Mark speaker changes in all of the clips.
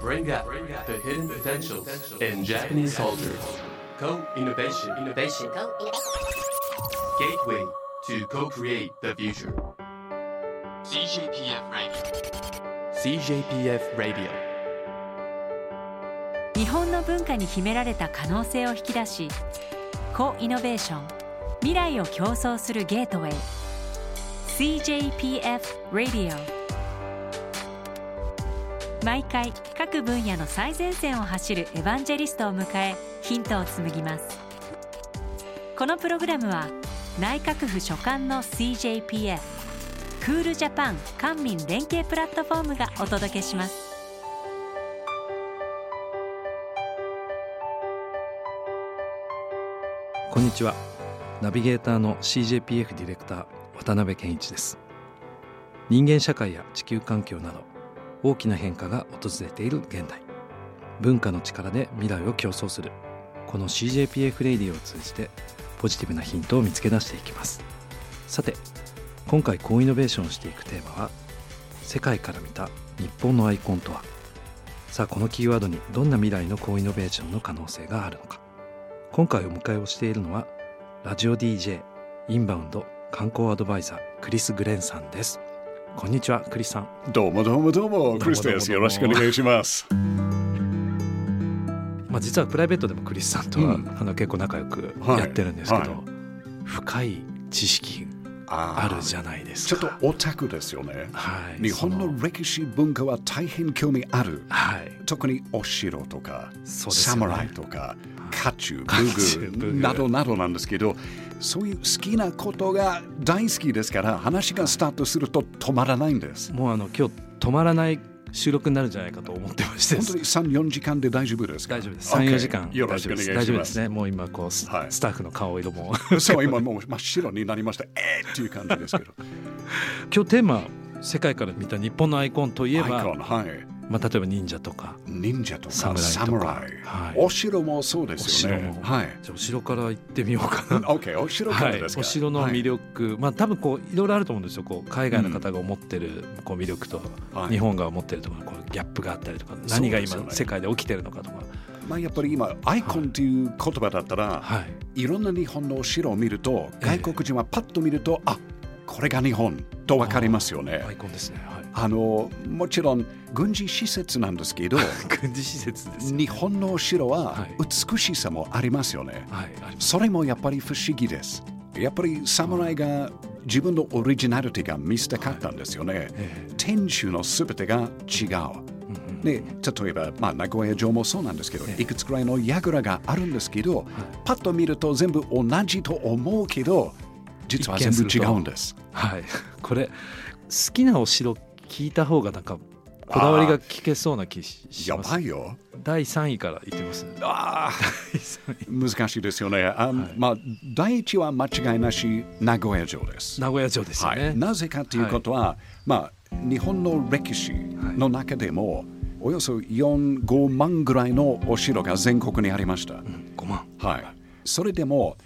Speaker 1: Bring up the hidden potentials in Japanese culture. Co-innovation. Innovation. Gateway to co-create the future. CJPF Radio. CJPF Radio.
Speaker 2: 日本の文化に秘められた可能性を引き出しコ・イノベーション未来を競争するゲートウェイ CJPF Radio 毎回各分野の最前線を走るエヴァンジェリストを迎えヒントを紡ぎますこのプログラムは内閣府所管の CJPF クールジャパン官民連携プラットフォームがお届けします
Speaker 3: こんにちはナビゲーターの CJPF ディレクター渡辺健一です人間社会や地球環境など大きな変化が訪れている現代文化の力で未来を競争するこの CJPF レディオを通じてポジティブなヒントを見つけ出していきますさて今回こうイノベーションしていくテーマは世界から見た日本のアイコンとはさあこのキーワードにどんな未来のこうイノベーションの可能性があるのか今回お迎えをしているのはラジオ DJ インバウンド観光アドバイザークリス・グレンさんですこんにちはクリスさん
Speaker 4: どうもどうもどうもクリス
Speaker 3: どうもどうもど
Speaker 4: で
Speaker 3: う
Speaker 4: す
Speaker 3: も
Speaker 4: よろしくお願いします
Speaker 3: まあ、実はプライベートでもクリスさんとは、
Speaker 4: うん
Speaker 3: あの結構仲良く
Speaker 4: はい
Speaker 3: やってるんですけど、
Speaker 4: は
Speaker 3: 深い知識あ
Speaker 4: あ
Speaker 3: るじゃないで
Speaker 4: ち
Speaker 3: す
Speaker 4: ょっ
Speaker 3: か。
Speaker 4: とオタクですよね
Speaker 3: はい、
Speaker 4: 日本
Speaker 3: そ
Speaker 4: の歴史文化は大変興味ある
Speaker 3: はい、
Speaker 4: 特にお城とか、
Speaker 3: そうですよね
Speaker 4: 侍とか家
Speaker 3: 家
Speaker 4: 中
Speaker 3: 中
Speaker 4: 武
Speaker 3: 武具
Speaker 4: 具などなどなんですけどそういう好きなことが大好きですから話がスタートすると止まらないんです
Speaker 3: もうあの今日止まらない収録になるんじゃないかと思ってまして
Speaker 4: 本当に34時間で大丈夫ですか
Speaker 3: 大丈夫です。
Speaker 4: OK
Speaker 3: 三四時間
Speaker 4: よろしくお願いします
Speaker 3: 大丈夫ですね。もう今こうス,、
Speaker 4: はい
Speaker 3: タッフの顔色も
Speaker 4: そう今もう真っ白になりましたえー、っていう感じです けど
Speaker 3: 今日テーマ世界から見た日本のアイコンといえ
Speaker 4: アイコン
Speaker 3: ば、
Speaker 4: はい
Speaker 3: まあ例えば忍者とか
Speaker 4: 忍者とか
Speaker 3: 侍とか
Speaker 4: 侍
Speaker 3: はい
Speaker 4: お城もそうですよ
Speaker 3: お城
Speaker 4: ね
Speaker 3: も
Speaker 4: はい
Speaker 3: じゃあ後ろから行ってみようか な。
Speaker 4: OK お城か
Speaker 3: は
Speaker 4: ら
Speaker 3: い
Speaker 4: です、か
Speaker 3: お城の魅力、まあ多分こういろいろあると思うんですよこう海外の方が思ってるこう魅力と
Speaker 4: はい
Speaker 3: 日本が思ってるところのこうギャップがあったりとか
Speaker 4: ですよ
Speaker 3: 何
Speaker 4: ね
Speaker 3: が今世界で起きてるのかとか、
Speaker 4: まあ、やっぱり今アイコンという言葉だったら、
Speaker 3: はい、
Speaker 4: い、ろんな日本のお城を見ると
Speaker 3: ええ
Speaker 4: 外国人はパッと見ると、あこれが日本と分かりますよね
Speaker 3: アイコンですね、はい、
Speaker 4: あのもちろん軍事施設なんですけど
Speaker 3: 軍事施設です、
Speaker 4: 日本のお城
Speaker 3: は
Speaker 4: はい美しさもありますよね、
Speaker 3: はいあります
Speaker 4: それもやっぱり不思議ですやっぱり侍が自分のオリジナリティが見せたかったんですよね、
Speaker 3: え
Speaker 4: 天守のすべてが違う
Speaker 3: うんうん
Speaker 4: で例えば、まあ、名古屋城もそうなんですけど、
Speaker 3: ええ
Speaker 4: いくつくらいの櫓があるんですけど、パッと見ると全部同じと思うけど実は
Speaker 3: 一見
Speaker 4: 全
Speaker 3: す
Speaker 4: 部
Speaker 3: ると
Speaker 4: 違うんです。
Speaker 3: はい、 これ好きなお城聞いた方がなんかこだわりが聞けそうな気しし
Speaker 4: や
Speaker 3: ます
Speaker 4: ばいよ
Speaker 3: 第三位からいってみます
Speaker 4: あー
Speaker 3: 第三位
Speaker 4: 難しいですよね。あ
Speaker 3: はい
Speaker 4: まあ、第一は間違いなし名古屋城です。
Speaker 3: 名古屋城ですよ
Speaker 4: は
Speaker 3: ね、
Speaker 4: い、なぜかということは、まあ、日本の歴史の中でも、およそ4、5万ぐらいのお城が全国にありました。
Speaker 3: 5万
Speaker 4: はい、それでも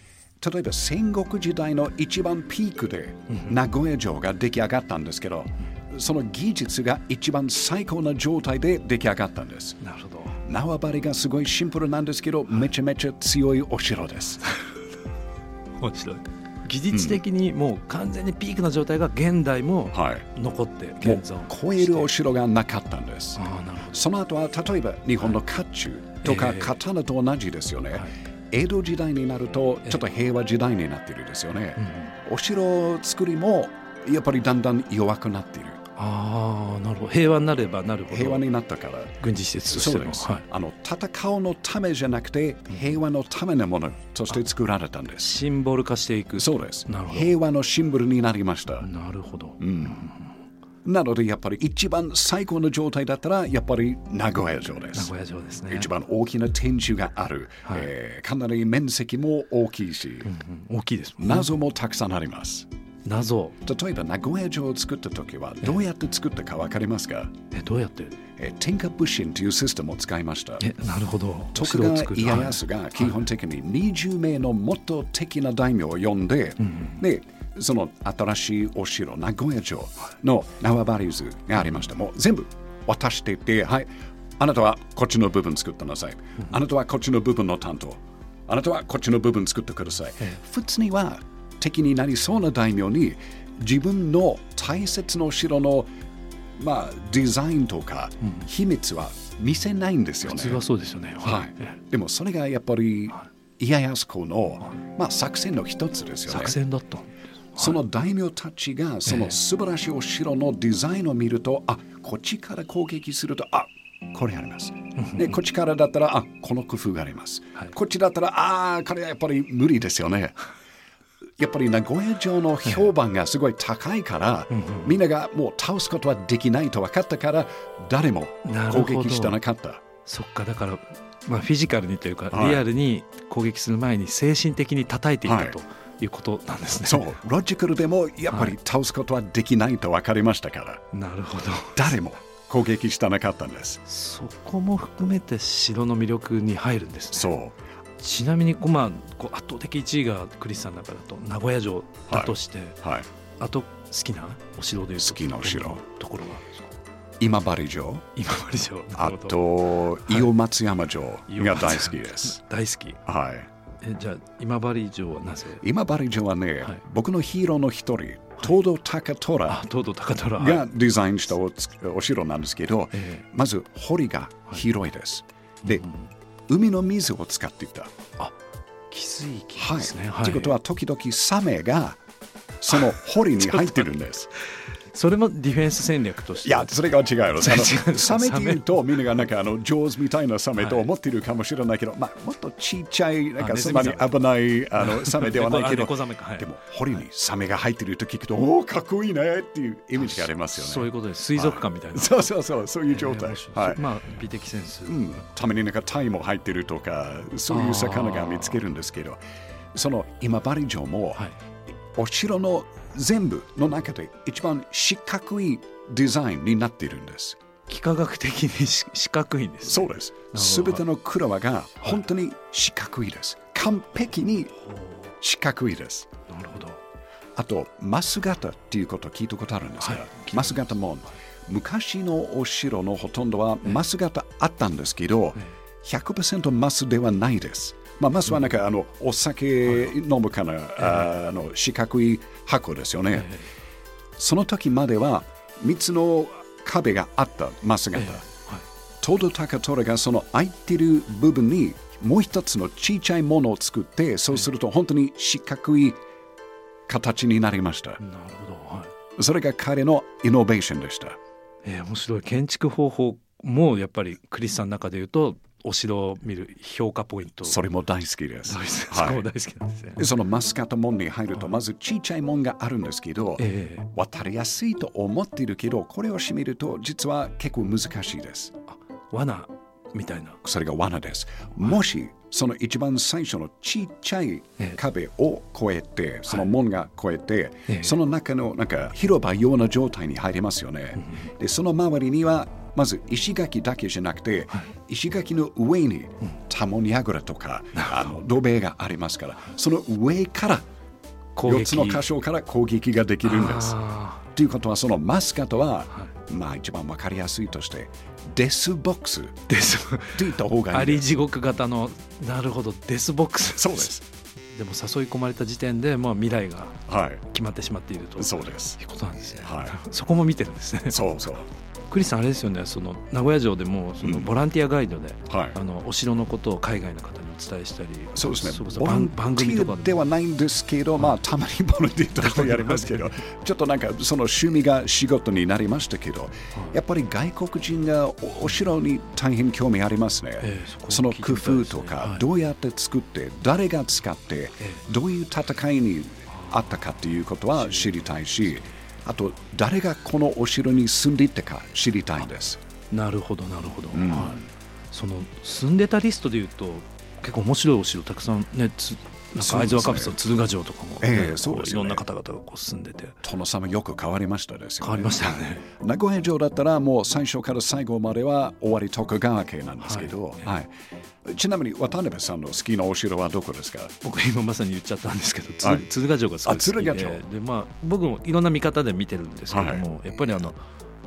Speaker 4: 例えば戦国時代の一番ピークで名古屋城が出来上がったんですけどその技術が一番最高な状態で出来上がったんです
Speaker 3: なるほど
Speaker 4: 縄張りがすごいシンプルなんですけどめちゃめちゃ強いお城です
Speaker 3: 面白い技術的にもう完全にピークの状態が現代も
Speaker 4: はい
Speaker 3: 残って現
Speaker 4: もう
Speaker 3: 存
Speaker 4: 超えるお城がなかったんです
Speaker 3: ああなるほど
Speaker 4: その後は例えば日本の甲冑と
Speaker 3: は
Speaker 4: か
Speaker 3: いええ
Speaker 4: 刀と同じですよね、
Speaker 3: はい
Speaker 4: 江戸時代になるとちょっと平和時代になってるですよね、
Speaker 3: うんうん
Speaker 4: お城作りもやっぱりだんだん弱くなっている
Speaker 3: ああなるほど平和になればなるほど
Speaker 4: 平和になったから
Speaker 3: 軍事施設とし
Speaker 4: そ
Speaker 3: て
Speaker 4: う
Speaker 3: も
Speaker 4: です、
Speaker 3: はい、
Speaker 4: あの戦うのためじゃなくて平和のためのものとして作られたんです
Speaker 3: シンボル化していく
Speaker 4: そうです
Speaker 3: なるほど
Speaker 4: 平和のシンボルになりました、
Speaker 3: なるほど、
Speaker 4: なのでやっぱり一番最高の状態だったらやっぱり名古屋城で
Speaker 3: 名
Speaker 4: す
Speaker 3: 古屋城ですね
Speaker 4: 一番大きな天守がある、
Speaker 3: はい
Speaker 4: えーかなり面積も大きいし、
Speaker 3: うん大きいですもんね
Speaker 4: 謎もたくさんあります
Speaker 3: 謎
Speaker 4: 例えば名古屋城を作った時はどうやって作ったか分かりますか、
Speaker 3: えどうやって
Speaker 4: えー天下武神というシステムを使いました。
Speaker 3: えなるほど
Speaker 4: 徳
Speaker 3: お城
Speaker 4: 川
Speaker 3: を作る
Speaker 4: 家康が基本的に20名の元的な大名を呼んで、でその新しいお城、名古屋城の縄張り図がありました。もう全部渡していって、はい、あなたはこっちの部分作ってなさい。あなたはこっちの部分の担当。あなたはこっちの部分作ってください。普通には敵になりそうな大名に自分の大切なお城の、まあ、デザインとか秘密は見せないんですよね。
Speaker 3: 普通はそうですよね。
Speaker 4: はい
Speaker 3: ええ、
Speaker 4: でもそれがやっぱり家康公の、まあ、作戦の一つですよね。
Speaker 3: 作戦だった。
Speaker 4: その大名たちがその素晴らしいお城のデザインを見ると、あこっちから攻撃するとあこれあります、ね、こっちからだったらあこの工夫があります、
Speaker 3: はい
Speaker 4: こっちだったらあーこれはやっぱり無理ですよねやっぱり名古屋城の評判がすごい高いから、みんながもう倒すことはできないと分かったから誰も
Speaker 3: なる
Speaker 4: 攻
Speaker 3: ほど
Speaker 4: 撃してなかった
Speaker 3: そっかだから、まあ、フィジカルにというか、
Speaker 4: はい
Speaker 3: リアルに攻撃する前に精神的に叩いていた、
Speaker 4: はい
Speaker 3: ということなんですね。
Speaker 4: そうロジカルでもやっぱり倒すことはできないと分かりましたから
Speaker 3: なるほど。
Speaker 4: 誰も攻撃してなかったんです
Speaker 3: そこも含めて城の魅力に入るんですね。
Speaker 4: そう
Speaker 3: ちなみにこう、まあ、こう圧倒的1位がクリスさんの中だと名古屋城だとして、
Speaker 4: はい、
Speaker 3: あと好きなお城でいうと
Speaker 4: 好きなお城
Speaker 3: どんところは
Speaker 4: 今治城
Speaker 3: 今治城な
Speaker 4: あ
Speaker 3: るほど
Speaker 4: と
Speaker 3: い
Speaker 4: 伊予松山城が大好きです。
Speaker 3: 大好き
Speaker 4: はい、
Speaker 3: えじゃあ今治城はなぜ
Speaker 4: 今治城はね、
Speaker 3: はい
Speaker 4: 僕のヒーローの一人東堂高
Speaker 3: あ
Speaker 4: 虎
Speaker 3: 東堂高虎
Speaker 4: がデザインしたおつお城なんですけど、
Speaker 3: ええ
Speaker 4: まず堀が広いです。で、海の水を使っていた。
Speaker 3: 気づいき
Speaker 4: はい。
Speaker 3: ですね、
Speaker 4: ということは時々サメがその堀に入ってるんです。
Speaker 3: それもディフェンス戦略として
Speaker 4: いや、それが違います。あ
Speaker 3: 違う
Speaker 4: のサメっていうと、みんながなんかあの上手みたいなサメと思っているかもしれないけど、まあ、もっとちっちゃい、なん
Speaker 3: あ
Speaker 4: か
Speaker 3: ネズ
Speaker 4: そん
Speaker 3: ミ
Speaker 4: な
Speaker 3: ザ
Speaker 4: に
Speaker 3: メ
Speaker 4: 危ないあのサメで はないけ
Speaker 3: 猫猫
Speaker 4: ど、
Speaker 3: ザメか、はい、
Speaker 4: でも、堀にサメが入っていると聞くと、おお、かっこいいねっていうイメージがありますよね。
Speaker 3: そういうことです水族館みたいな、
Speaker 4: そうそうそう、そういう状態。
Speaker 3: えー面白い
Speaker 4: はい。
Speaker 3: まあ美的センス、
Speaker 4: うん、ためになんかタイも入ってるとか、そういう魚が見つけるんですけど、その今治城も、
Speaker 3: はい
Speaker 4: お城の全部の中で一番四角いデザインになっているんです。
Speaker 3: 幾何学的にし四角いんです
Speaker 4: そうです。
Speaker 3: なるほ
Speaker 4: す
Speaker 3: ど
Speaker 4: べての黒輪が本当に四角いです。完璧に四角いです。
Speaker 3: なるほど
Speaker 4: あと、マス型っていうこと聞いたことあるんですが、
Speaker 3: はい
Speaker 4: マス型も昔のお城のほとんどはマス型あったんですけど、100%マスではないです。まあ、マスはなんか、あのお酒飲むかな、ああの四角い箱ですよね。その時までは3つの壁があったマス型。
Speaker 3: ええはい
Speaker 4: トドタカトラがその空いてる部分にもう一つの小さいものを作ってそうすると本当に四角い形になりました
Speaker 3: なるほど、はい
Speaker 4: それが彼のイノベーションでした
Speaker 3: えー面白い建築方法もやっぱりクリスさんの中で言うとお城を見る評価ポイント
Speaker 4: それも大好きです
Speaker 3: そうです、そこも
Speaker 4: は
Speaker 3: 大好きなんですね
Speaker 4: い、そのマスカット門に入るとまず小さい門があるんですけど
Speaker 3: えー
Speaker 4: 渡りやすいと思っているけどこれを閉めると実は結構難しいです
Speaker 3: 罠みたいな
Speaker 4: それが罠です。もしその一番最初のちっちゃい壁を越えて、その門が越えて、
Speaker 3: ええ
Speaker 4: その中のなんか広場ような状態に入りますよね。で、その周りには、まず石垣だけじゃなくて、石垣の上にタモニヤグラとか、あの土塀がありますから、その上から
Speaker 3: 攻
Speaker 4: 4つの箇所から攻撃ができるんです。
Speaker 3: あ
Speaker 4: ということは、そのマスカとは、
Speaker 3: は
Speaker 4: まあ一番わかりやすいとして、デスボックスっ
Speaker 3: ー
Speaker 4: て
Speaker 3: です
Speaker 4: 言った方がいい
Speaker 3: あ
Speaker 4: んです
Speaker 3: り地獄型のなるほどデスボックス
Speaker 4: そうです。
Speaker 3: でも誘い込まれた時点で、まあ、未来が
Speaker 4: はい。
Speaker 3: 決まってしまっていると
Speaker 4: そう です。
Speaker 3: いうことなんですね、
Speaker 4: はい
Speaker 3: そこも見てるん ですね
Speaker 4: そうそう。
Speaker 3: クリスさんあれですよねその名古屋城でもそのボランティアガイドで、
Speaker 4: はい。
Speaker 3: あのお城のことを海外の方にお伝えしたり
Speaker 4: そうですね。ボラン
Speaker 3: 番
Speaker 4: テ
Speaker 3: 番組と
Speaker 4: ィ
Speaker 3: か
Speaker 4: アではないんですけど、まあたまにボランティアとしてやりま すけど、ちょっとなんかその趣味が仕事になりましたけど、やっぱり外国人がおお城に大変興味ありますね
Speaker 3: ええそこ。
Speaker 4: そ
Speaker 3: 聞
Speaker 4: の
Speaker 3: いて
Speaker 4: 工
Speaker 3: みたい
Speaker 4: 夫
Speaker 3: ですね
Speaker 4: と
Speaker 3: は
Speaker 4: か
Speaker 3: い、
Speaker 4: どうやって作って、誰が使って
Speaker 3: え、
Speaker 4: どういう戦いにあったかっていうことは知りたいし、あと誰がこのお城に住んでいたか知りたいです。
Speaker 3: なるほどなるほど、
Speaker 4: ん
Speaker 3: はい、その住んでたリストでいうと結構面白いお城たくさんねつなんか会津若松
Speaker 4: そうです
Speaker 3: の鶴ヶ城とかも、
Speaker 4: ええ
Speaker 3: ねこ
Speaker 4: そうです
Speaker 3: い
Speaker 4: よ
Speaker 3: ろ
Speaker 4: ね
Speaker 3: んな方々がこう住んでて
Speaker 4: 殿様よく変わりましたですよ、ね。
Speaker 3: 変わりましたよね
Speaker 4: 名古屋城だったらもう最初から最後までは終わり徳川家なんですけど、
Speaker 3: はい
Speaker 4: はいちなみに渡辺さんの好きなお城はどこですか
Speaker 3: 僕今まさに言っちゃったんですけど、つ
Speaker 4: はい
Speaker 3: 鶴ヶ城がすごい好きで
Speaker 4: あ鶴ヶ城
Speaker 3: で、まあ、僕もいろんな見方で見てるんですけども、やっぱりあの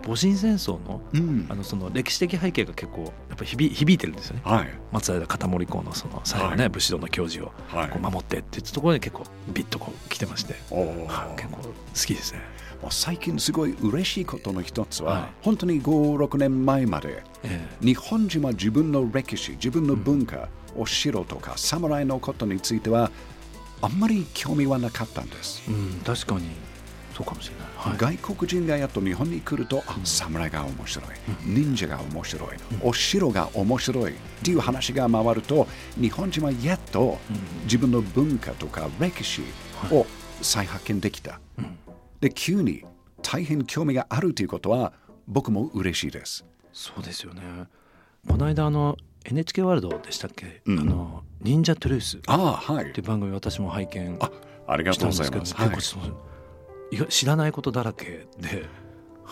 Speaker 3: 戊辰戦争の
Speaker 4: うん
Speaker 3: あのその歴史的背景が結構やっぱ響響いてるんですよね
Speaker 4: はい
Speaker 3: 松平片森公のその最後ね、
Speaker 4: は
Speaker 3: 武士道の教授を
Speaker 4: はい
Speaker 3: こう守ってっていうところに結構ビッとこう来てまして、
Speaker 4: おー
Speaker 3: はい結構好きですね。
Speaker 4: もう最近すごい嬉しいことの一つは、
Speaker 3: はい
Speaker 4: 本当に56年前まで
Speaker 3: え
Speaker 4: 日本人は自分の歴史自分の文化、お城とか侍のことについてはあんまり興味はなかったんです、
Speaker 3: えうん確かにそうかもしれない。はい
Speaker 4: 外国人がやっと日本に来ると、あ侍が面白い、忍者が面白い、お城が面白いっていう話が回ると、日本人はやっと自分の文化とか歴史を再発見できた。で、急に大変興味があるということは、僕も嬉しいです。
Speaker 3: そうですよね。この間あの NHK ワールドでしたっけ、
Speaker 4: うん
Speaker 3: あの忍者トゥルースっ
Speaker 4: ああ、はい
Speaker 3: て。いう番組私も拝見
Speaker 4: あありが
Speaker 3: した
Speaker 4: とうんご
Speaker 3: で
Speaker 4: ざ
Speaker 3: す
Speaker 4: い
Speaker 3: けど、
Speaker 4: ます。
Speaker 3: 結
Speaker 4: は
Speaker 3: 構
Speaker 4: い
Speaker 3: そのいや知らないことだらけで、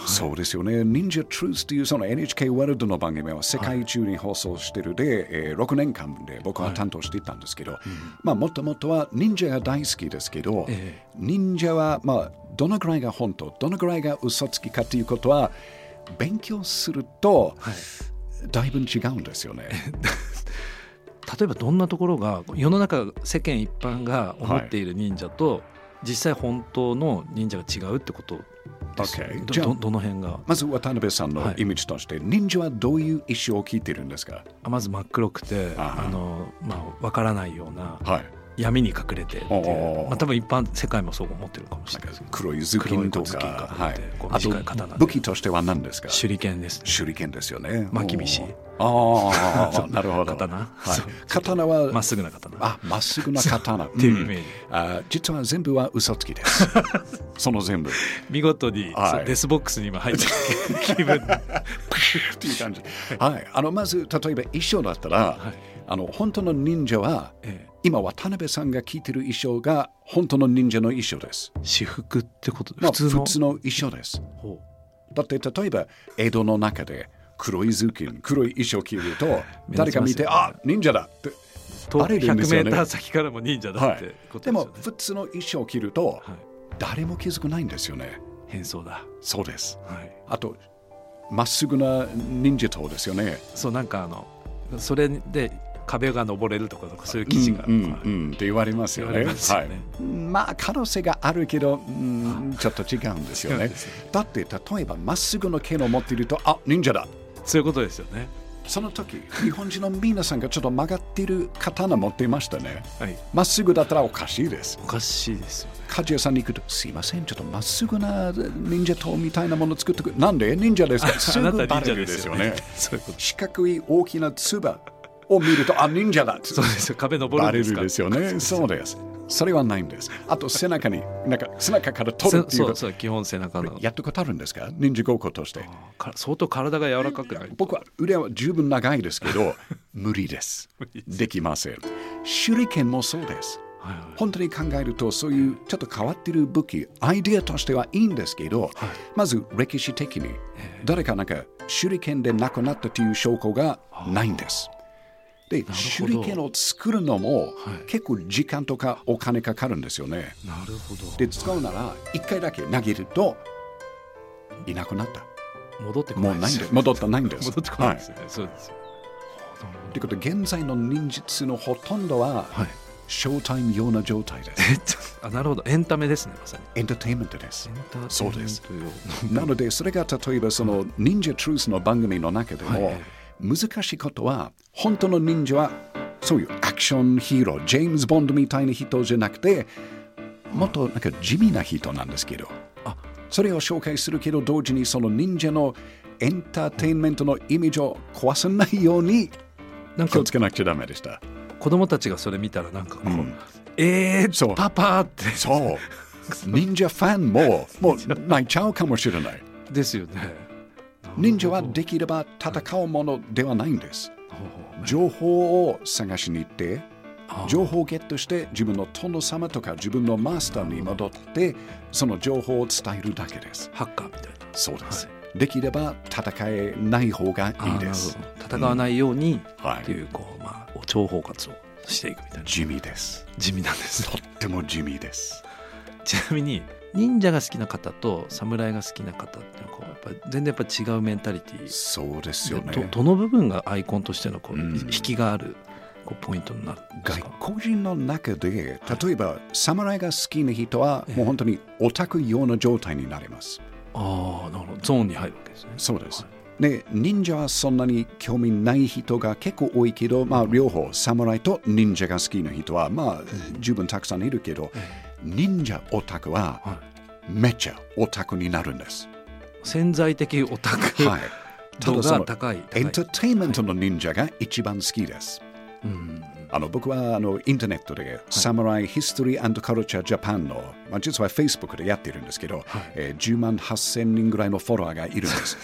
Speaker 4: そうですよね。忍者トゥースというその NHK ワールドの番組は世界中に放送してるで、えー6年間で僕は担当していたんですけど、まあもともとは忍者が大好きですけど、
Speaker 3: え
Speaker 4: 忍者はまあどのくらいが本当、どのくらいが嘘つきかということは勉強すると、だいぶ違うんですよね。
Speaker 3: 例えばどんなところが世の中世間一般が思っている忍者と、実際本当の忍者が違うってことですよね
Speaker 4: OK
Speaker 3: ど
Speaker 4: じゃあ
Speaker 3: どどの辺が
Speaker 4: まず渡辺さんの
Speaker 3: はい
Speaker 4: イメージとして、忍者はどういう意思を聞いてるんですか
Speaker 3: あまず真っ黒くて
Speaker 4: あ
Speaker 3: あの、まあ、分からないような
Speaker 4: はい。
Speaker 3: 闇に隠れてってい
Speaker 4: おうおうお
Speaker 3: う、
Speaker 4: う
Speaker 3: まあ、多分一般世界もそう思ってるかもしれないですけど
Speaker 4: 黒い頭
Speaker 3: 黒い
Speaker 4: 巾
Speaker 3: こ
Speaker 4: と
Speaker 3: う頭巾か
Speaker 4: か、
Speaker 3: ぶってこう
Speaker 4: あと
Speaker 3: 短い刀で
Speaker 4: 武器としては何ですか
Speaker 3: 手裏剣ですね
Speaker 4: 手裏剣ですよね。
Speaker 3: まあ厳しい
Speaker 4: おー。 ああ、 なるほど。
Speaker 3: 刀
Speaker 4: はい
Speaker 3: そう
Speaker 4: 刀は、
Speaker 3: まっすぐな刀
Speaker 4: あ、まっすぐな刀。って
Speaker 3: いうイメージ
Speaker 4: あ実は全部は嘘つ きです。その全部。っ
Speaker 3: 見事に、
Speaker 4: はい
Speaker 3: そうデスボックスに今入ってる気 分
Speaker 4: ていう感じ。はい。あの、まず、例えば衣装だったら、
Speaker 3: はい
Speaker 4: あの、本当の忍者は、
Speaker 3: ええ
Speaker 4: 今、渡辺さんが着てる衣装が、本当の忍者の衣装です。
Speaker 3: 私服ってこと
Speaker 4: まあ
Speaker 3: 普通の
Speaker 4: 普通の衣装です。
Speaker 3: ほ
Speaker 4: だって例えば江戸の中で黒い頭巾黒い衣装を着ると
Speaker 3: 目
Speaker 4: 誰
Speaker 3: 立ち
Speaker 4: か
Speaker 3: ますよね
Speaker 4: 見て、あ忍者だって
Speaker 3: うと
Speaker 4: バレるんですよね
Speaker 3: 100m 先からも忍者だ
Speaker 4: は
Speaker 3: ってこ
Speaker 4: い、
Speaker 3: とです
Speaker 4: でも
Speaker 3: よね、
Speaker 4: 普通の衣装を着ると
Speaker 3: はい
Speaker 4: 誰も気づくないんですよね
Speaker 3: 変装だ
Speaker 4: そうです
Speaker 3: はい
Speaker 4: あとまっすぐな忍者党ですよね
Speaker 3: そうなんかあのそれで壁が登れるとかとかそういう記事が、
Speaker 4: うん
Speaker 3: はい
Speaker 4: うんうんって言われますよね
Speaker 3: 言われますよね
Speaker 4: はい、まあ可能性があるけど、うん、ちょっと違うんですよ
Speaker 3: 違うん
Speaker 4: ね
Speaker 3: ですよ
Speaker 4: だって例えばまっすぐの剣を持っているとあ忍者だ
Speaker 3: そういうことですよね
Speaker 4: その時日本人の皆さんがちょっと曲がっている刀持っていましたね
Speaker 3: はい
Speaker 4: まっすぐだったらおかしいです。
Speaker 3: おかしいですよね
Speaker 4: 鍛冶屋さんに行くと、すいません、ちょっとまっすぐな忍者刀みたいなもの作ってくなんで忍者ですか す
Speaker 3: あ
Speaker 4: ぐ
Speaker 3: なた
Speaker 4: バ
Speaker 3: 忍者で
Speaker 4: レるです
Speaker 3: す
Speaker 4: よ
Speaker 3: よ
Speaker 4: ね
Speaker 3: ね。そういうこと
Speaker 4: 四角い大きな唾を見ると、あ、忍者だ
Speaker 3: そうですよ壁登
Speaker 4: バ
Speaker 3: るんで
Speaker 4: レ
Speaker 3: す
Speaker 4: る
Speaker 3: か
Speaker 4: ですよね。そうです。それはないんです。あと背中に、なんか背中から取る
Speaker 3: そ
Speaker 4: っていう
Speaker 3: そ
Speaker 4: こ
Speaker 3: うそう基本背中の
Speaker 4: と。やったことあるんですか忍者ごっことして。
Speaker 3: か相当体が柔らかくなる
Speaker 4: 僕は腕は十分長いですけ ど、無理です。できません。手裏剣もそうです。
Speaker 3: はいはい
Speaker 4: 本当に考えるとそういうちょっと変わってる武器アイデアとしてはいいんですけど、まず歴史的に誰かなんか手裏剣で亡くなったという証拠がないんです。で手
Speaker 3: ほど
Speaker 4: 裏剣を作るのも
Speaker 3: はい
Speaker 4: 結構時間とかお金かかるんですよね。
Speaker 3: なるほど
Speaker 4: で使うなら1回だけ投げるといなくなった。
Speaker 3: 戻ってこ
Speaker 4: も
Speaker 3: な
Speaker 4: う
Speaker 3: い
Speaker 4: ないん
Speaker 3: です
Speaker 4: で
Speaker 3: よ
Speaker 4: す。戻ったないんで す。
Speaker 3: 戻ってこないですよね、そうですよ
Speaker 4: はいということで現在の忍術のほとんどは
Speaker 3: はい
Speaker 4: ショータイム用な状態です。
Speaker 3: えっとあなるほどエンタメですねまさに
Speaker 4: エンターテインメントです。そうです。
Speaker 3: エンターテインメント用
Speaker 4: なので、それが例えばその忍者トゥースの番組の中でも、
Speaker 3: はい
Speaker 4: 難しいことは、本当の忍者はそういうアクションヒーロー、ジェームズ・ボンドみたいな人じゃなくて、もっとなんか地味な人なんですけど、
Speaker 3: あ
Speaker 4: それを紹介するけど、同時にその忍者のエンターテインメントのイメージを壊さないように
Speaker 3: なん
Speaker 4: 気
Speaker 3: か
Speaker 4: をつけなくちゃダメでした。
Speaker 3: 子供たちがそれ見たらなんかこう、
Speaker 4: うん
Speaker 3: え
Speaker 4: そう
Speaker 3: ー、パパって
Speaker 4: そう。忍者ファンももう泣いちゃうかもしれない。
Speaker 3: ですよね
Speaker 4: 忍者はできれば戦うものではないんです。
Speaker 3: ほうほう
Speaker 4: 情報を探しに行って
Speaker 3: あー
Speaker 4: 情報をゲットして自分の殿様とか自分のマスターに戻ってその情報を伝えるだけです
Speaker 3: ハッカーみたいな
Speaker 4: そうです、
Speaker 3: は
Speaker 4: できれば戦えない方が
Speaker 3: あ
Speaker 4: いい
Speaker 3: ー
Speaker 4: です
Speaker 3: なるほど戦わないように、
Speaker 4: はい
Speaker 3: っていうこうまあ情報活をしていくみたいな
Speaker 4: 地味です
Speaker 3: 地味なんです
Speaker 4: とっても地味です
Speaker 3: ちなみに忍者が好きな方と侍が好きな方っていうのはこうやっぱり全然やっぱ違うメンタリティー
Speaker 4: そうですよ
Speaker 3: で
Speaker 4: ね
Speaker 3: どどの部分がアイコンとしてのこう、
Speaker 4: うん
Speaker 3: 引きがあるこうポイントになるんですか
Speaker 4: 外国人の中で例えば、侍が好きな人はもう本当にオタク用の状態になります
Speaker 3: ああなるほどゾーンに入るわけですね
Speaker 4: そうです。で、忍者はそんなに興味ない人が結構多いけど、まあ、両方、侍と忍者が好きな人は、まあ、十分たくさんいるけど、忍者オタクは
Speaker 3: は
Speaker 4: めっちゃオタクになるんです。
Speaker 3: 潜在的オタク
Speaker 4: はい。
Speaker 3: 度が高い
Speaker 4: エン
Speaker 3: 高
Speaker 4: タ
Speaker 3: い
Speaker 4: ーテインメントの忍者が一番好きです。
Speaker 3: うん
Speaker 4: あの僕はあのインターネットで、サムライ・ヒストリー・カルチャー・ジャパンの、まあ、実は Facebook でやってるんですけど、えー10万8000人ぐらいのフォロワーがいるん です。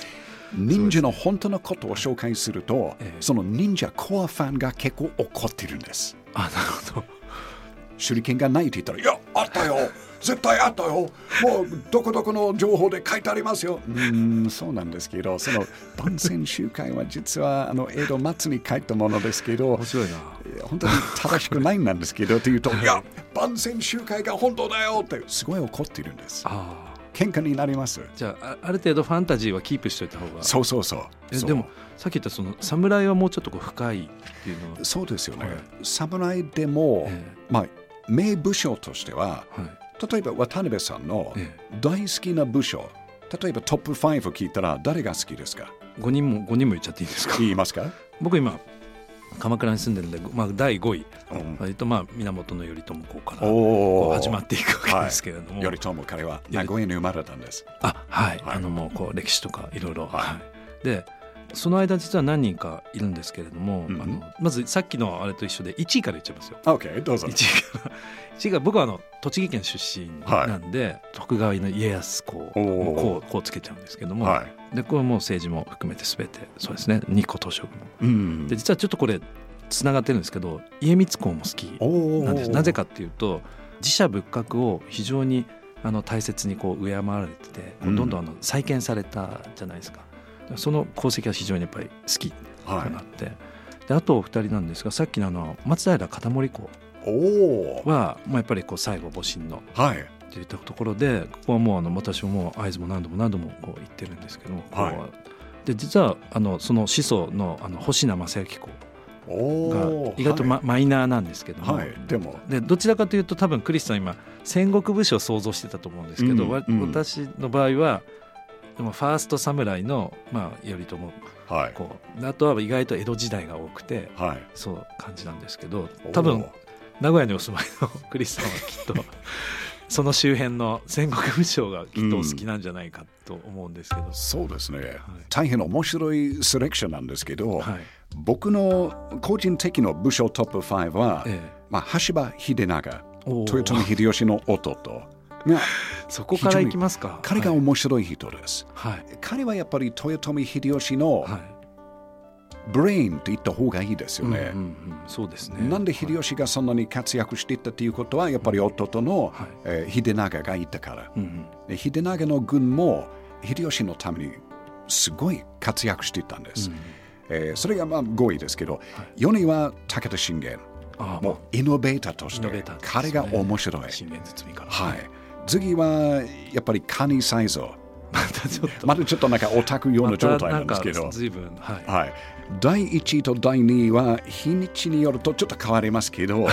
Speaker 4: 忍者の本当のことを紹介すると、その忍者コアファンが結構怒ってるんです。
Speaker 3: あなる ほど
Speaker 4: 手裏剣がないって言ったら、いや、あった よ絶対あったよもうどこどこの情報で書いてありますようーん、そうなんですけど、そ の番宣集会は実はあの江戸末に書いたものですけど
Speaker 3: 面、白いな
Speaker 4: 本当に正しくないんですけどって 言うと、いや、番宣集会が本当だよって、すごい怒ってるんです。
Speaker 3: あー
Speaker 4: 喧嘩になります。
Speaker 3: じゃああある程度ファンタジーはキープしておいた方が
Speaker 4: そうそうそう。
Speaker 3: え
Speaker 4: そう
Speaker 3: でもさっき言ったその侍はもうちょっとこう深いっていうのは、
Speaker 4: そうですよね。
Speaker 3: はい
Speaker 4: 侍でも、
Speaker 3: え
Speaker 4: まあ、名武将としては、
Speaker 3: えはい
Speaker 4: 例えば渡辺さんの
Speaker 3: え
Speaker 4: 大好きな武将、例えばトップ5を聞いたら誰が好きですか
Speaker 3: 5人も5人も言っちゃっていいですか
Speaker 4: 言いますか
Speaker 3: 僕今鎌倉に住んでるんで、まあ、第5位、
Speaker 4: うん
Speaker 3: 割とまあ源頼朝公から
Speaker 4: お
Speaker 3: こ
Speaker 4: お。
Speaker 3: う始まっていくわけですけれども、
Speaker 4: 頼朝、彼は名古屋に生まれたんです。
Speaker 3: あはい、
Speaker 4: はい
Speaker 3: あのもうこう歴史とかいろいろ
Speaker 4: はい
Speaker 3: はいでその間実は何人かいるんですけれども、
Speaker 4: うんうん
Speaker 3: あのまずさっきのあれと一緒で1位から言っちゃいますよ
Speaker 4: OK、どうぞ。
Speaker 3: 1位から1位が僕はあの栃木県出身なんで、徳川の家康公
Speaker 4: おー
Speaker 3: もうこうこうつけちゃうんですけども、
Speaker 4: はい。
Speaker 3: でこれもう政治も含めて全てそうですね日光東照宮も
Speaker 4: うん
Speaker 3: で実はちょっとこれつながってるんですけど家光公も好き
Speaker 4: おー
Speaker 3: なんですなぜかっていうと自社仏閣を非常にあの大切にこう敬われててこ
Speaker 4: うん
Speaker 3: うどんどんあの再建されたじゃないですか、その功績は非常にやっぱり好き
Speaker 4: は
Speaker 3: と
Speaker 4: い
Speaker 3: な。って、であとお二人なんですがさっきのあの松平片森公
Speaker 4: おお。
Speaker 3: はもうやっぱりこう最後戊辰の
Speaker 4: はい。
Speaker 3: といったところでここはもうあの私ももう会津も何度も何度もこう行ってるんですけどもここは、
Speaker 4: は
Speaker 3: で実はあのその始祖のあの星名正幸公
Speaker 4: お
Speaker 3: が
Speaker 4: お。
Speaker 3: 意外とマ,、マイナーなんですけども、
Speaker 4: はい。はい。でも。
Speaker 3: でどちらかというと多分クリスさん今戦国武士を想像してたと思うんですけど、
Speaker 4: うん
Speaker 3: わ
Speaker 4: うん
Speaker 3: 私の場合はでもファーストサムライの、まあ、頼朝
Speaker 4: はい。
Speaker 3: こうあとは意外と江戸時代が多くて
Speaker 4: はい。
Speaker 3: そう感じなんですけど
Speaker 4: おー
Speaker 3: 多分名古屋にお住まいのクリスさんはきっ とその周辺の戦国武将がきっとお好きなんじゃないかと思うんですけど、
Speaker 4: そうですね。大変面白いセレクションなんですけど、
Speaker 3: はい
Speaker 4: 僕の個人的の武将トップ5は、
Speaker 3: え
Speaker 4: まあ、羽柴秀長、
Speaker 3: おー
Speaker 4: 豊臣秀吉の弟が、
Speaker 3: そこからいきますか
Speaker 4: 彼が面白い人です。
Speaker 3: はい、はい
Speaker 4: 彼はやっぱり豊臣秀吉の
Speaker 3: はい
Speaker 4: ブレインと言った方がいいですよね。
Speaker 3: うんうんうんそうですね
Speaker 4: なんで秀吉がそんなに活躍していたということは、やっぱり弟の、
Speaker 3: はい
Speaker 4: えー秀長がいたから。
Speaker 3: うんうん
Speaker 4: で秀長の軍も秀吉のためにすごい活躍していたんです。えーそれがまあ5位ですけど、4位は武田信玄。
Speaker 3: ああ
Speaker 4: もうイノベーターとし
Speaker 3: イ
Speaker 4: て
Speaker 3: ノベーターですね
Speaker 4: 彼が面白い。
Speaker 3: 信玄包みから、
Speaker 4: はい、次はやっぱりカニサイズ。
Speaker 3: またちょっと、
Speaker 4: まだちょっとなんかオタク用の状態なんですけ
Speaker 3: ま
Speaker 4: ど
Speaker 3: た。随分はい、
Speaker 4: はい、第1位と第2位は日にちによるとちょっと変わりますけ ど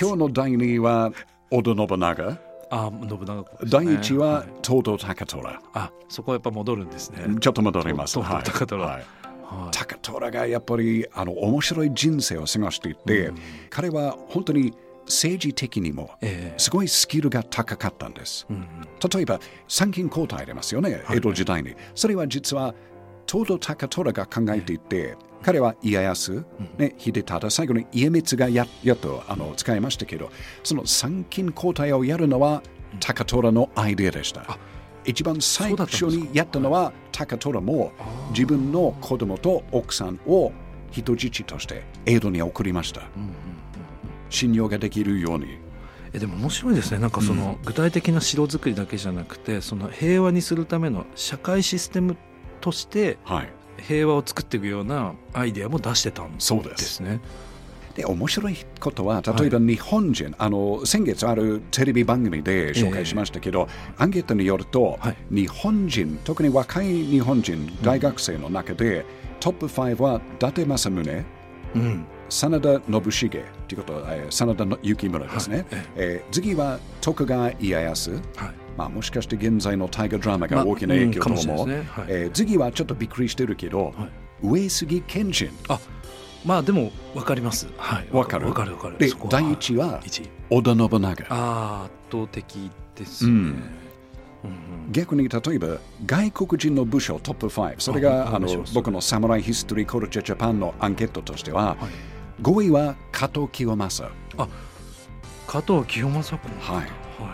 Speaker 4: 今日の第2位は織田信長
Speaker 3: あ信長公ですね
Speaker 4: 第1位はい東堂高虎
Speaker 3: あそこはやっぱ戻るんですね
Speaker 4: ちょっと戻ります
Speaker 3: 東堂高虎
Speaker 4: はいはい
Speaker 3: はい
Speaker 4: 高虎がやっぱりあの面白い人生を過ごしていて、彼は本当に政治的にも
Speaker 3: ええ
Speaker 4: すごいスキルが高かったんです。
Speaker 3: うんうん
Speaker 4: 例えば参勤交代ありますよね、江戸時代に。それは実は東堂高虎が考えていて、彼は家康、ね、秀忠、最後に家光がややっとあの使いましたけど、その参勤交代をやるのは高虎のアイデアでした。一番最初にやったのは高虎も自分の子供と奥さんを人質として江戸に送りました。信用ができるように。
Speaker 3: えでも面白いですねなんかその、具体的な城作りだけじゃなくてその平和にするための社会システムとして
Speaker 4: はい、
Speaker 3: 平和を作っていくようなアイデアも出してたんです
Speaker 4: そうです。
Speaker 3: ね
Speaker 4: で面白いことは例えば日本人、あの先月あるテレビ番組で紹介しましたけど、アンケートによると、
Speaker 3: はい
Speaker 4: 日本人特に若い日本人大学生の中で、トップ5は伊達政宗
Speaker 3: うん
Speaker 4: 真田信繁ということは、えー真田の幸村ですね、
Speaker 3: はいえ
Speaker 4: えー次は徳川家康、
Speaker 3: はい
Speaker 4: まあ、もしかして現在の大河ドラマが
Speaker 3: まあ
Speaker 4: 大きな影響と
Speaker 3: うんかも
Speaker 4: 思
Speaker 3: し
Speaker 4: う、
Speaker 3: れないですねはい
Speaker 4: えー次はちょっとびっくりしてるけど、
Speaker 3: はい
Speaker 4: 上杉謙信
Speaker 3: あまあでも分かりますはい
Speaker 4: わかる
Speaker 3: 分かる分かる
Speaker 4: で
Speaker 3: そこ
Speaker 4: 第一は
Speaker 3: 一位
Speaker 4: 織田信長
Speaker 3: あー圧倒的ですね、
Speaker 4: うん
Speaker 3: うんうん
Speaker 4: 逆に例えば外国人の部署トップ5それ
Speaker 3: あ
Speaker 4: が
Speaker 3: お
Speaker 4: あ
Speaker 3: 願いし
Speaker 4: の
Speaker 3: ます
Speaker 4: 僕のサムライヒストリーコルチャージャパンのアンケートとしては、
Speaker 3: はい
Speaker 4: 5位は加藤清正
Speaker 3: 加藤清正君
Speaker 4: はい
Speaker 3: はい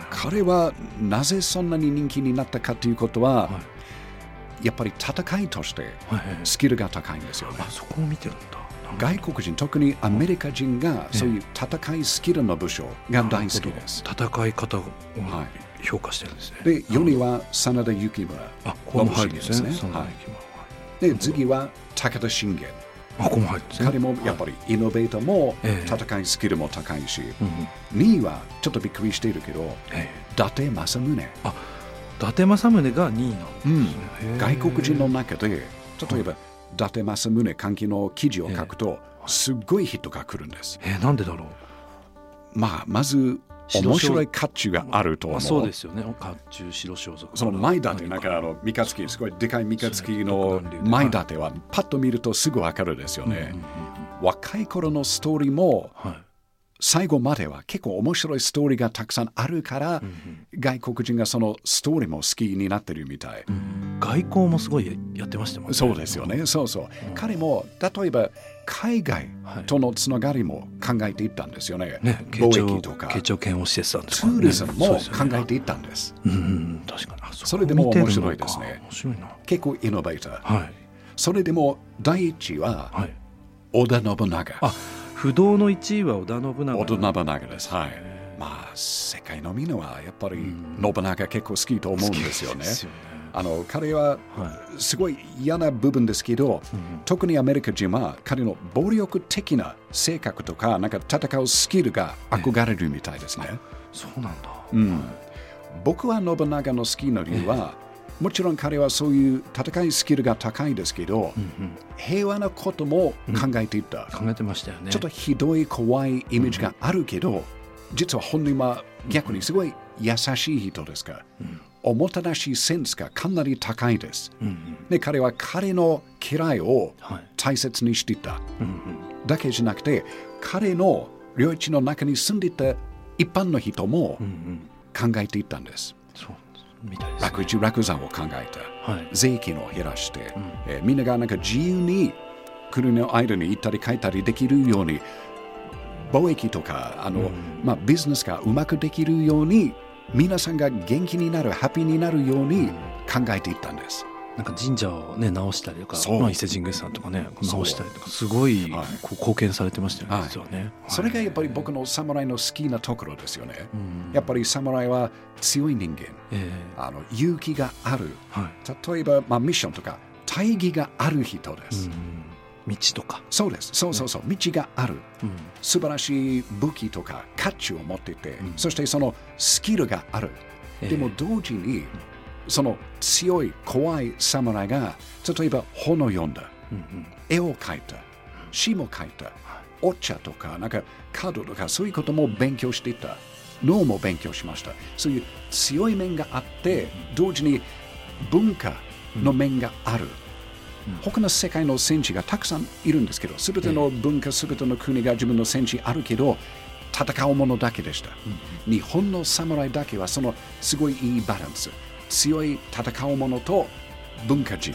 Speaker 4: 彼はなぜそんなに人気になったかということは、
Speaker 3: は
Speaker 4: やっぱり戦いとして
Speaker 3: いはいはい
Speaker 4: スキルが高いんですよね
Speaker 3: あそこを見てるんだなんか
Speaker 4: 外国人特にアメリカ人がそういう戦いスキルの部署が大好きです
Speaker 3: 戦い方を
Speaker 4: は
Speaker 3: 評価してるんですね、
Speaker 4: で4位は真田幸村
Speaker 3: あここも入るんですね
Speaker 4: 信繁
Speaker 3: その
Speaker 4: はい
Speaker 3: 駅も
Speaker 4: で次は武田信玄
Speaker 3: あここも入るんですね
Speaker 4: 彼もやっぱりイノベーターも
Speaker 3: ええ
Speaker 4: 戦いスキルも高いし、
Speaker 3: うんうん
Speaker 4: 2位はちょっとびっくりしているけど
Speaker 3: え
Speaker 4: 伊達政宗、
Speaker 3: え伊達政宗が2位なんですね、へえ
Speaker 4: 外国人の中で例えば伊達政宗関係の記事を書くとすっごいヒットが来るんです、
Speaker 3: えーなんでだろう
Speaker 4: まあ、まず
Speaker 3: 白
Speaker 4: 面
Speaker 3: 装
Speaker 4: 白い甲冑があると思
Speaker 3: ま
Speaker 4: う
Speaker 3: あ、そうですよね甲冑白装束
Speaker 4: その前立てなんかあの三日月すごいでかい三日月の前立てはパッと見るとすぐわかるですよね、若い頃のストーリーも
Speaker 3: はい
Speaker 4: 最後までは結構面白いストーリーがたくさんあるから、外国人がそのストーリーも好きになってるみたい、
Speaker 3: 外交もすごいやってましたもんね
Speaker 4: そうですよねそうそう、彼も例えば海外とのつながりも考えていったんですよね
Speaker 3: ね慶
Speaker 4: 貿
Speaker 3: 長
Speaker 4: 易とか
Speaker 3: 慶長剣をしてたんです
Speaker 4: ツ
Speaker 3: からね
Speaker 4: ーリズム
Speaker 3: そ
Speaker 4: も
Speaker 3: う
Speaker 4: 考
Speaker 3: ですよね
Speaker 4: えていったんです
Speaker 3: うんうん確かにあ
Speaker 4: それでも
Speaker 3: こ見てるの
Speaker 4: 面
Speaker 3: か
Speaker 4: 白いですね
Speaker 3: 面白いな
Speaker 4: 結構イノベーター
Speaker 3: はい
Speaker 4: それでも第一は
Speaker 3: はい
Speaker 4: 織田信長
Speaker 3: あ不動の1位は織田信長
Speaker 4: 織田信長です。はい。まあ、世界のみんなはやっぱり信長結構好きと思うんですよね。
Speaker 3: ですよね
Speaker 4: あの彼は
Speaker 3: は
Speaker 4: すごい嫌な部分ですけど、特にアメリカ人は彼の暴力的な性格とか、なんか戦うスキルが憧れるみたいですね。
Speaker 3: そうなんだ
Speaker 4: うん、僕は信長の好きな理由は、もちろん彼はそういう戦いスキルが高いですけど、平和なことも考えていった。
Speaker 3: 考えてましたよね
Speaker 4: ちょっとひどい怖いイメージがあるけど、実は本人は逆にすごい優しい人ですから、おもたらしセンスがかなり高いです。
Speaker 3: うんうん
Speaker 4: で彼は彼の嫌いを
Speaker 3: はい
Speaker 4: 大切にしていた。
Speaker 3: うんうん
Speaker 4: だけじゃなくて、彼の領地の中に住んでいた一般の人も
Speaker 3: うんうん
Speaker 4: 考えていたんです。
Speaker 3: そうみたいですね
Speaker 4: 楽地楽山を考えた。
Speaker 3: はい
Speaker 4: 税金を減らして、えーみんながなんか自由に国の間に行ったり帰ったりできるように貿易とかあの、まあ、ビジネスがうまくできるように皆さんが元気になるハッピーになるように考えていったんです。
Speaker 3: なんか神社をね直したりとか
Speaker 4: そう
Speaker 3: まあ伊勢神宮さんとかね
Speaker 4: そう
Speaker 3: 直したりとかすごい
Speaker 4: はい
Speaker 3: こう貢献されてましたよ
Speaker 4: は
Speaker 3: ね
Speaker 4: い
Speaker 3: 実はね
Speaker 4: それがやっぱり僕の侍の好きなところですよね。
Speaker 3: うん
Speaker 4: やっぱり侍は強い人間、
Speaker 3: ええ
Speaker 4: あの勇気がある、
Speaker 3: はい
Speaker 4: 例えば、まあ、ミッションとか大義がある人です。
Speaker 3: 道とか、
Speaker 4: そうです、そうそうそう、道がある。
Speaker 3: うん
Speaker 4: 素晴らしい武器とか価値を持ってて、そしてそのスキルがある、
Speaker 3: ええ
Speaker 4: でも同時にその強い怖い侍が例えば本を読んだ
Speaker 3: うんうん
Speaker 4: 絵を描いた詩も書いたお茶とかなんかカードとかそういうことも勉強していた脳も勉強しましたそういう強い面があって同時に文化の面がある、他の世界の戦士がたくさんいるんですけど全ての文化全ての国が自分の戦士あるけど戦うものだけでした、日本の侍だけはそのすごいいいバランス強い戦うものと文化人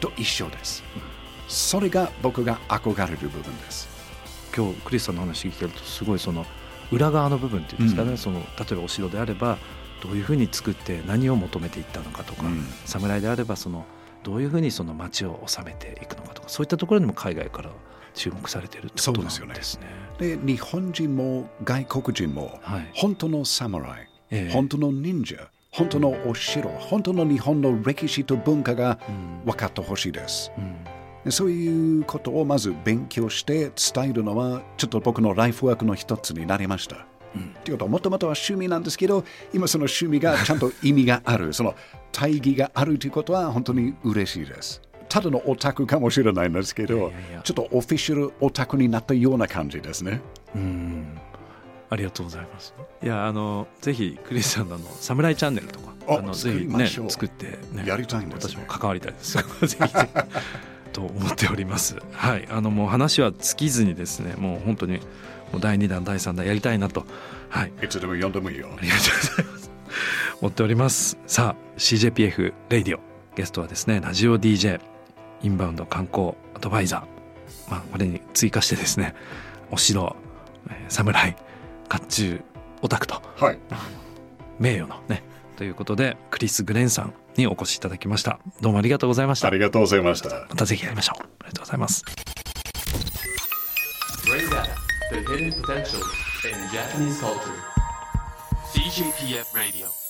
Speaker 4: と一緒です、それが僕が憧れる部分です
Speaker 3: 今日クリスさんの話聞いてるとすごいその裏側の部分っていうんですかね、その例えばお城であればどういうふうに作って何を求めていったのかとか、
Speaker 4: うん
Speaker 3: 侍であればそのどういうふうにその町を治めていくのかとかそういったところにも海外から注目されてるってことなんです
Speaker 4: そう
Speaker 3: ね。
Speaker 4: ですで日本人も外国人も
Speaker 3: はい
Speaker 4: 本当の侍、
Speaker 3: ええ
Speaker 4: 本当の忍者本当のお城本当の日本の歴史と文化が分かってほしいです、
Speaker 3: うん
Speaker 4: そういうことをまず勉強して伝えるのはちょっと僕のライフワークの一つになりました。っていうことはもともとは趣味なんですけど今その趣味がちゃんと意味があるその大義があるということは本当に嬉しいです。ただのオタクかもしれないんですけどちょっとオフィシャルオタクになったような感じですね。
Speaker 3: うんありがとうございますいやあのぜひクリスさんのあの「サムライチャンネル」とか
Speaker 4: あ
Speaker 3: あのぜ
Speaker 4: 作
Speaker 3: ひ
Speaker 4: りま
Speaker 3: ね
Speaker 4: しょう
Speaker 3: 作って、ね、
Speaker 4: やりたいんです
Speaker 3: 私も
Speaker 4: ね。
Speaker 3: 関わりたいです ぜひぜひと思っておりますはいあのもう話は尽きずにですねもう本当にもう第2弾第3弾やりたいなとはい
Speaker 4: いつでも読んでもいいよ。
Speaker 3: ありがとうございます。持っております。さあ、CJPF レイディオ。ゲストはですね、ラジオ DJ、インバウンド観光アドバイザー。まあ、これに追加してですね、お城、えー侍、甲冑、オタクと、
Speaker 4: はい。
Speaker 3: 名誉のね、ということで、クリス・グレンさんにお越しいただきました。どうもありがとうございました。
Speaker 4: あ
Speaker 3: ま
Speaker 4: りがとうございました。
Speaker 3: たぜひやりましょう。ありがとうございます。
Speaker 1: Radar, the hidden potential in Japanese culture. CJPF Radio.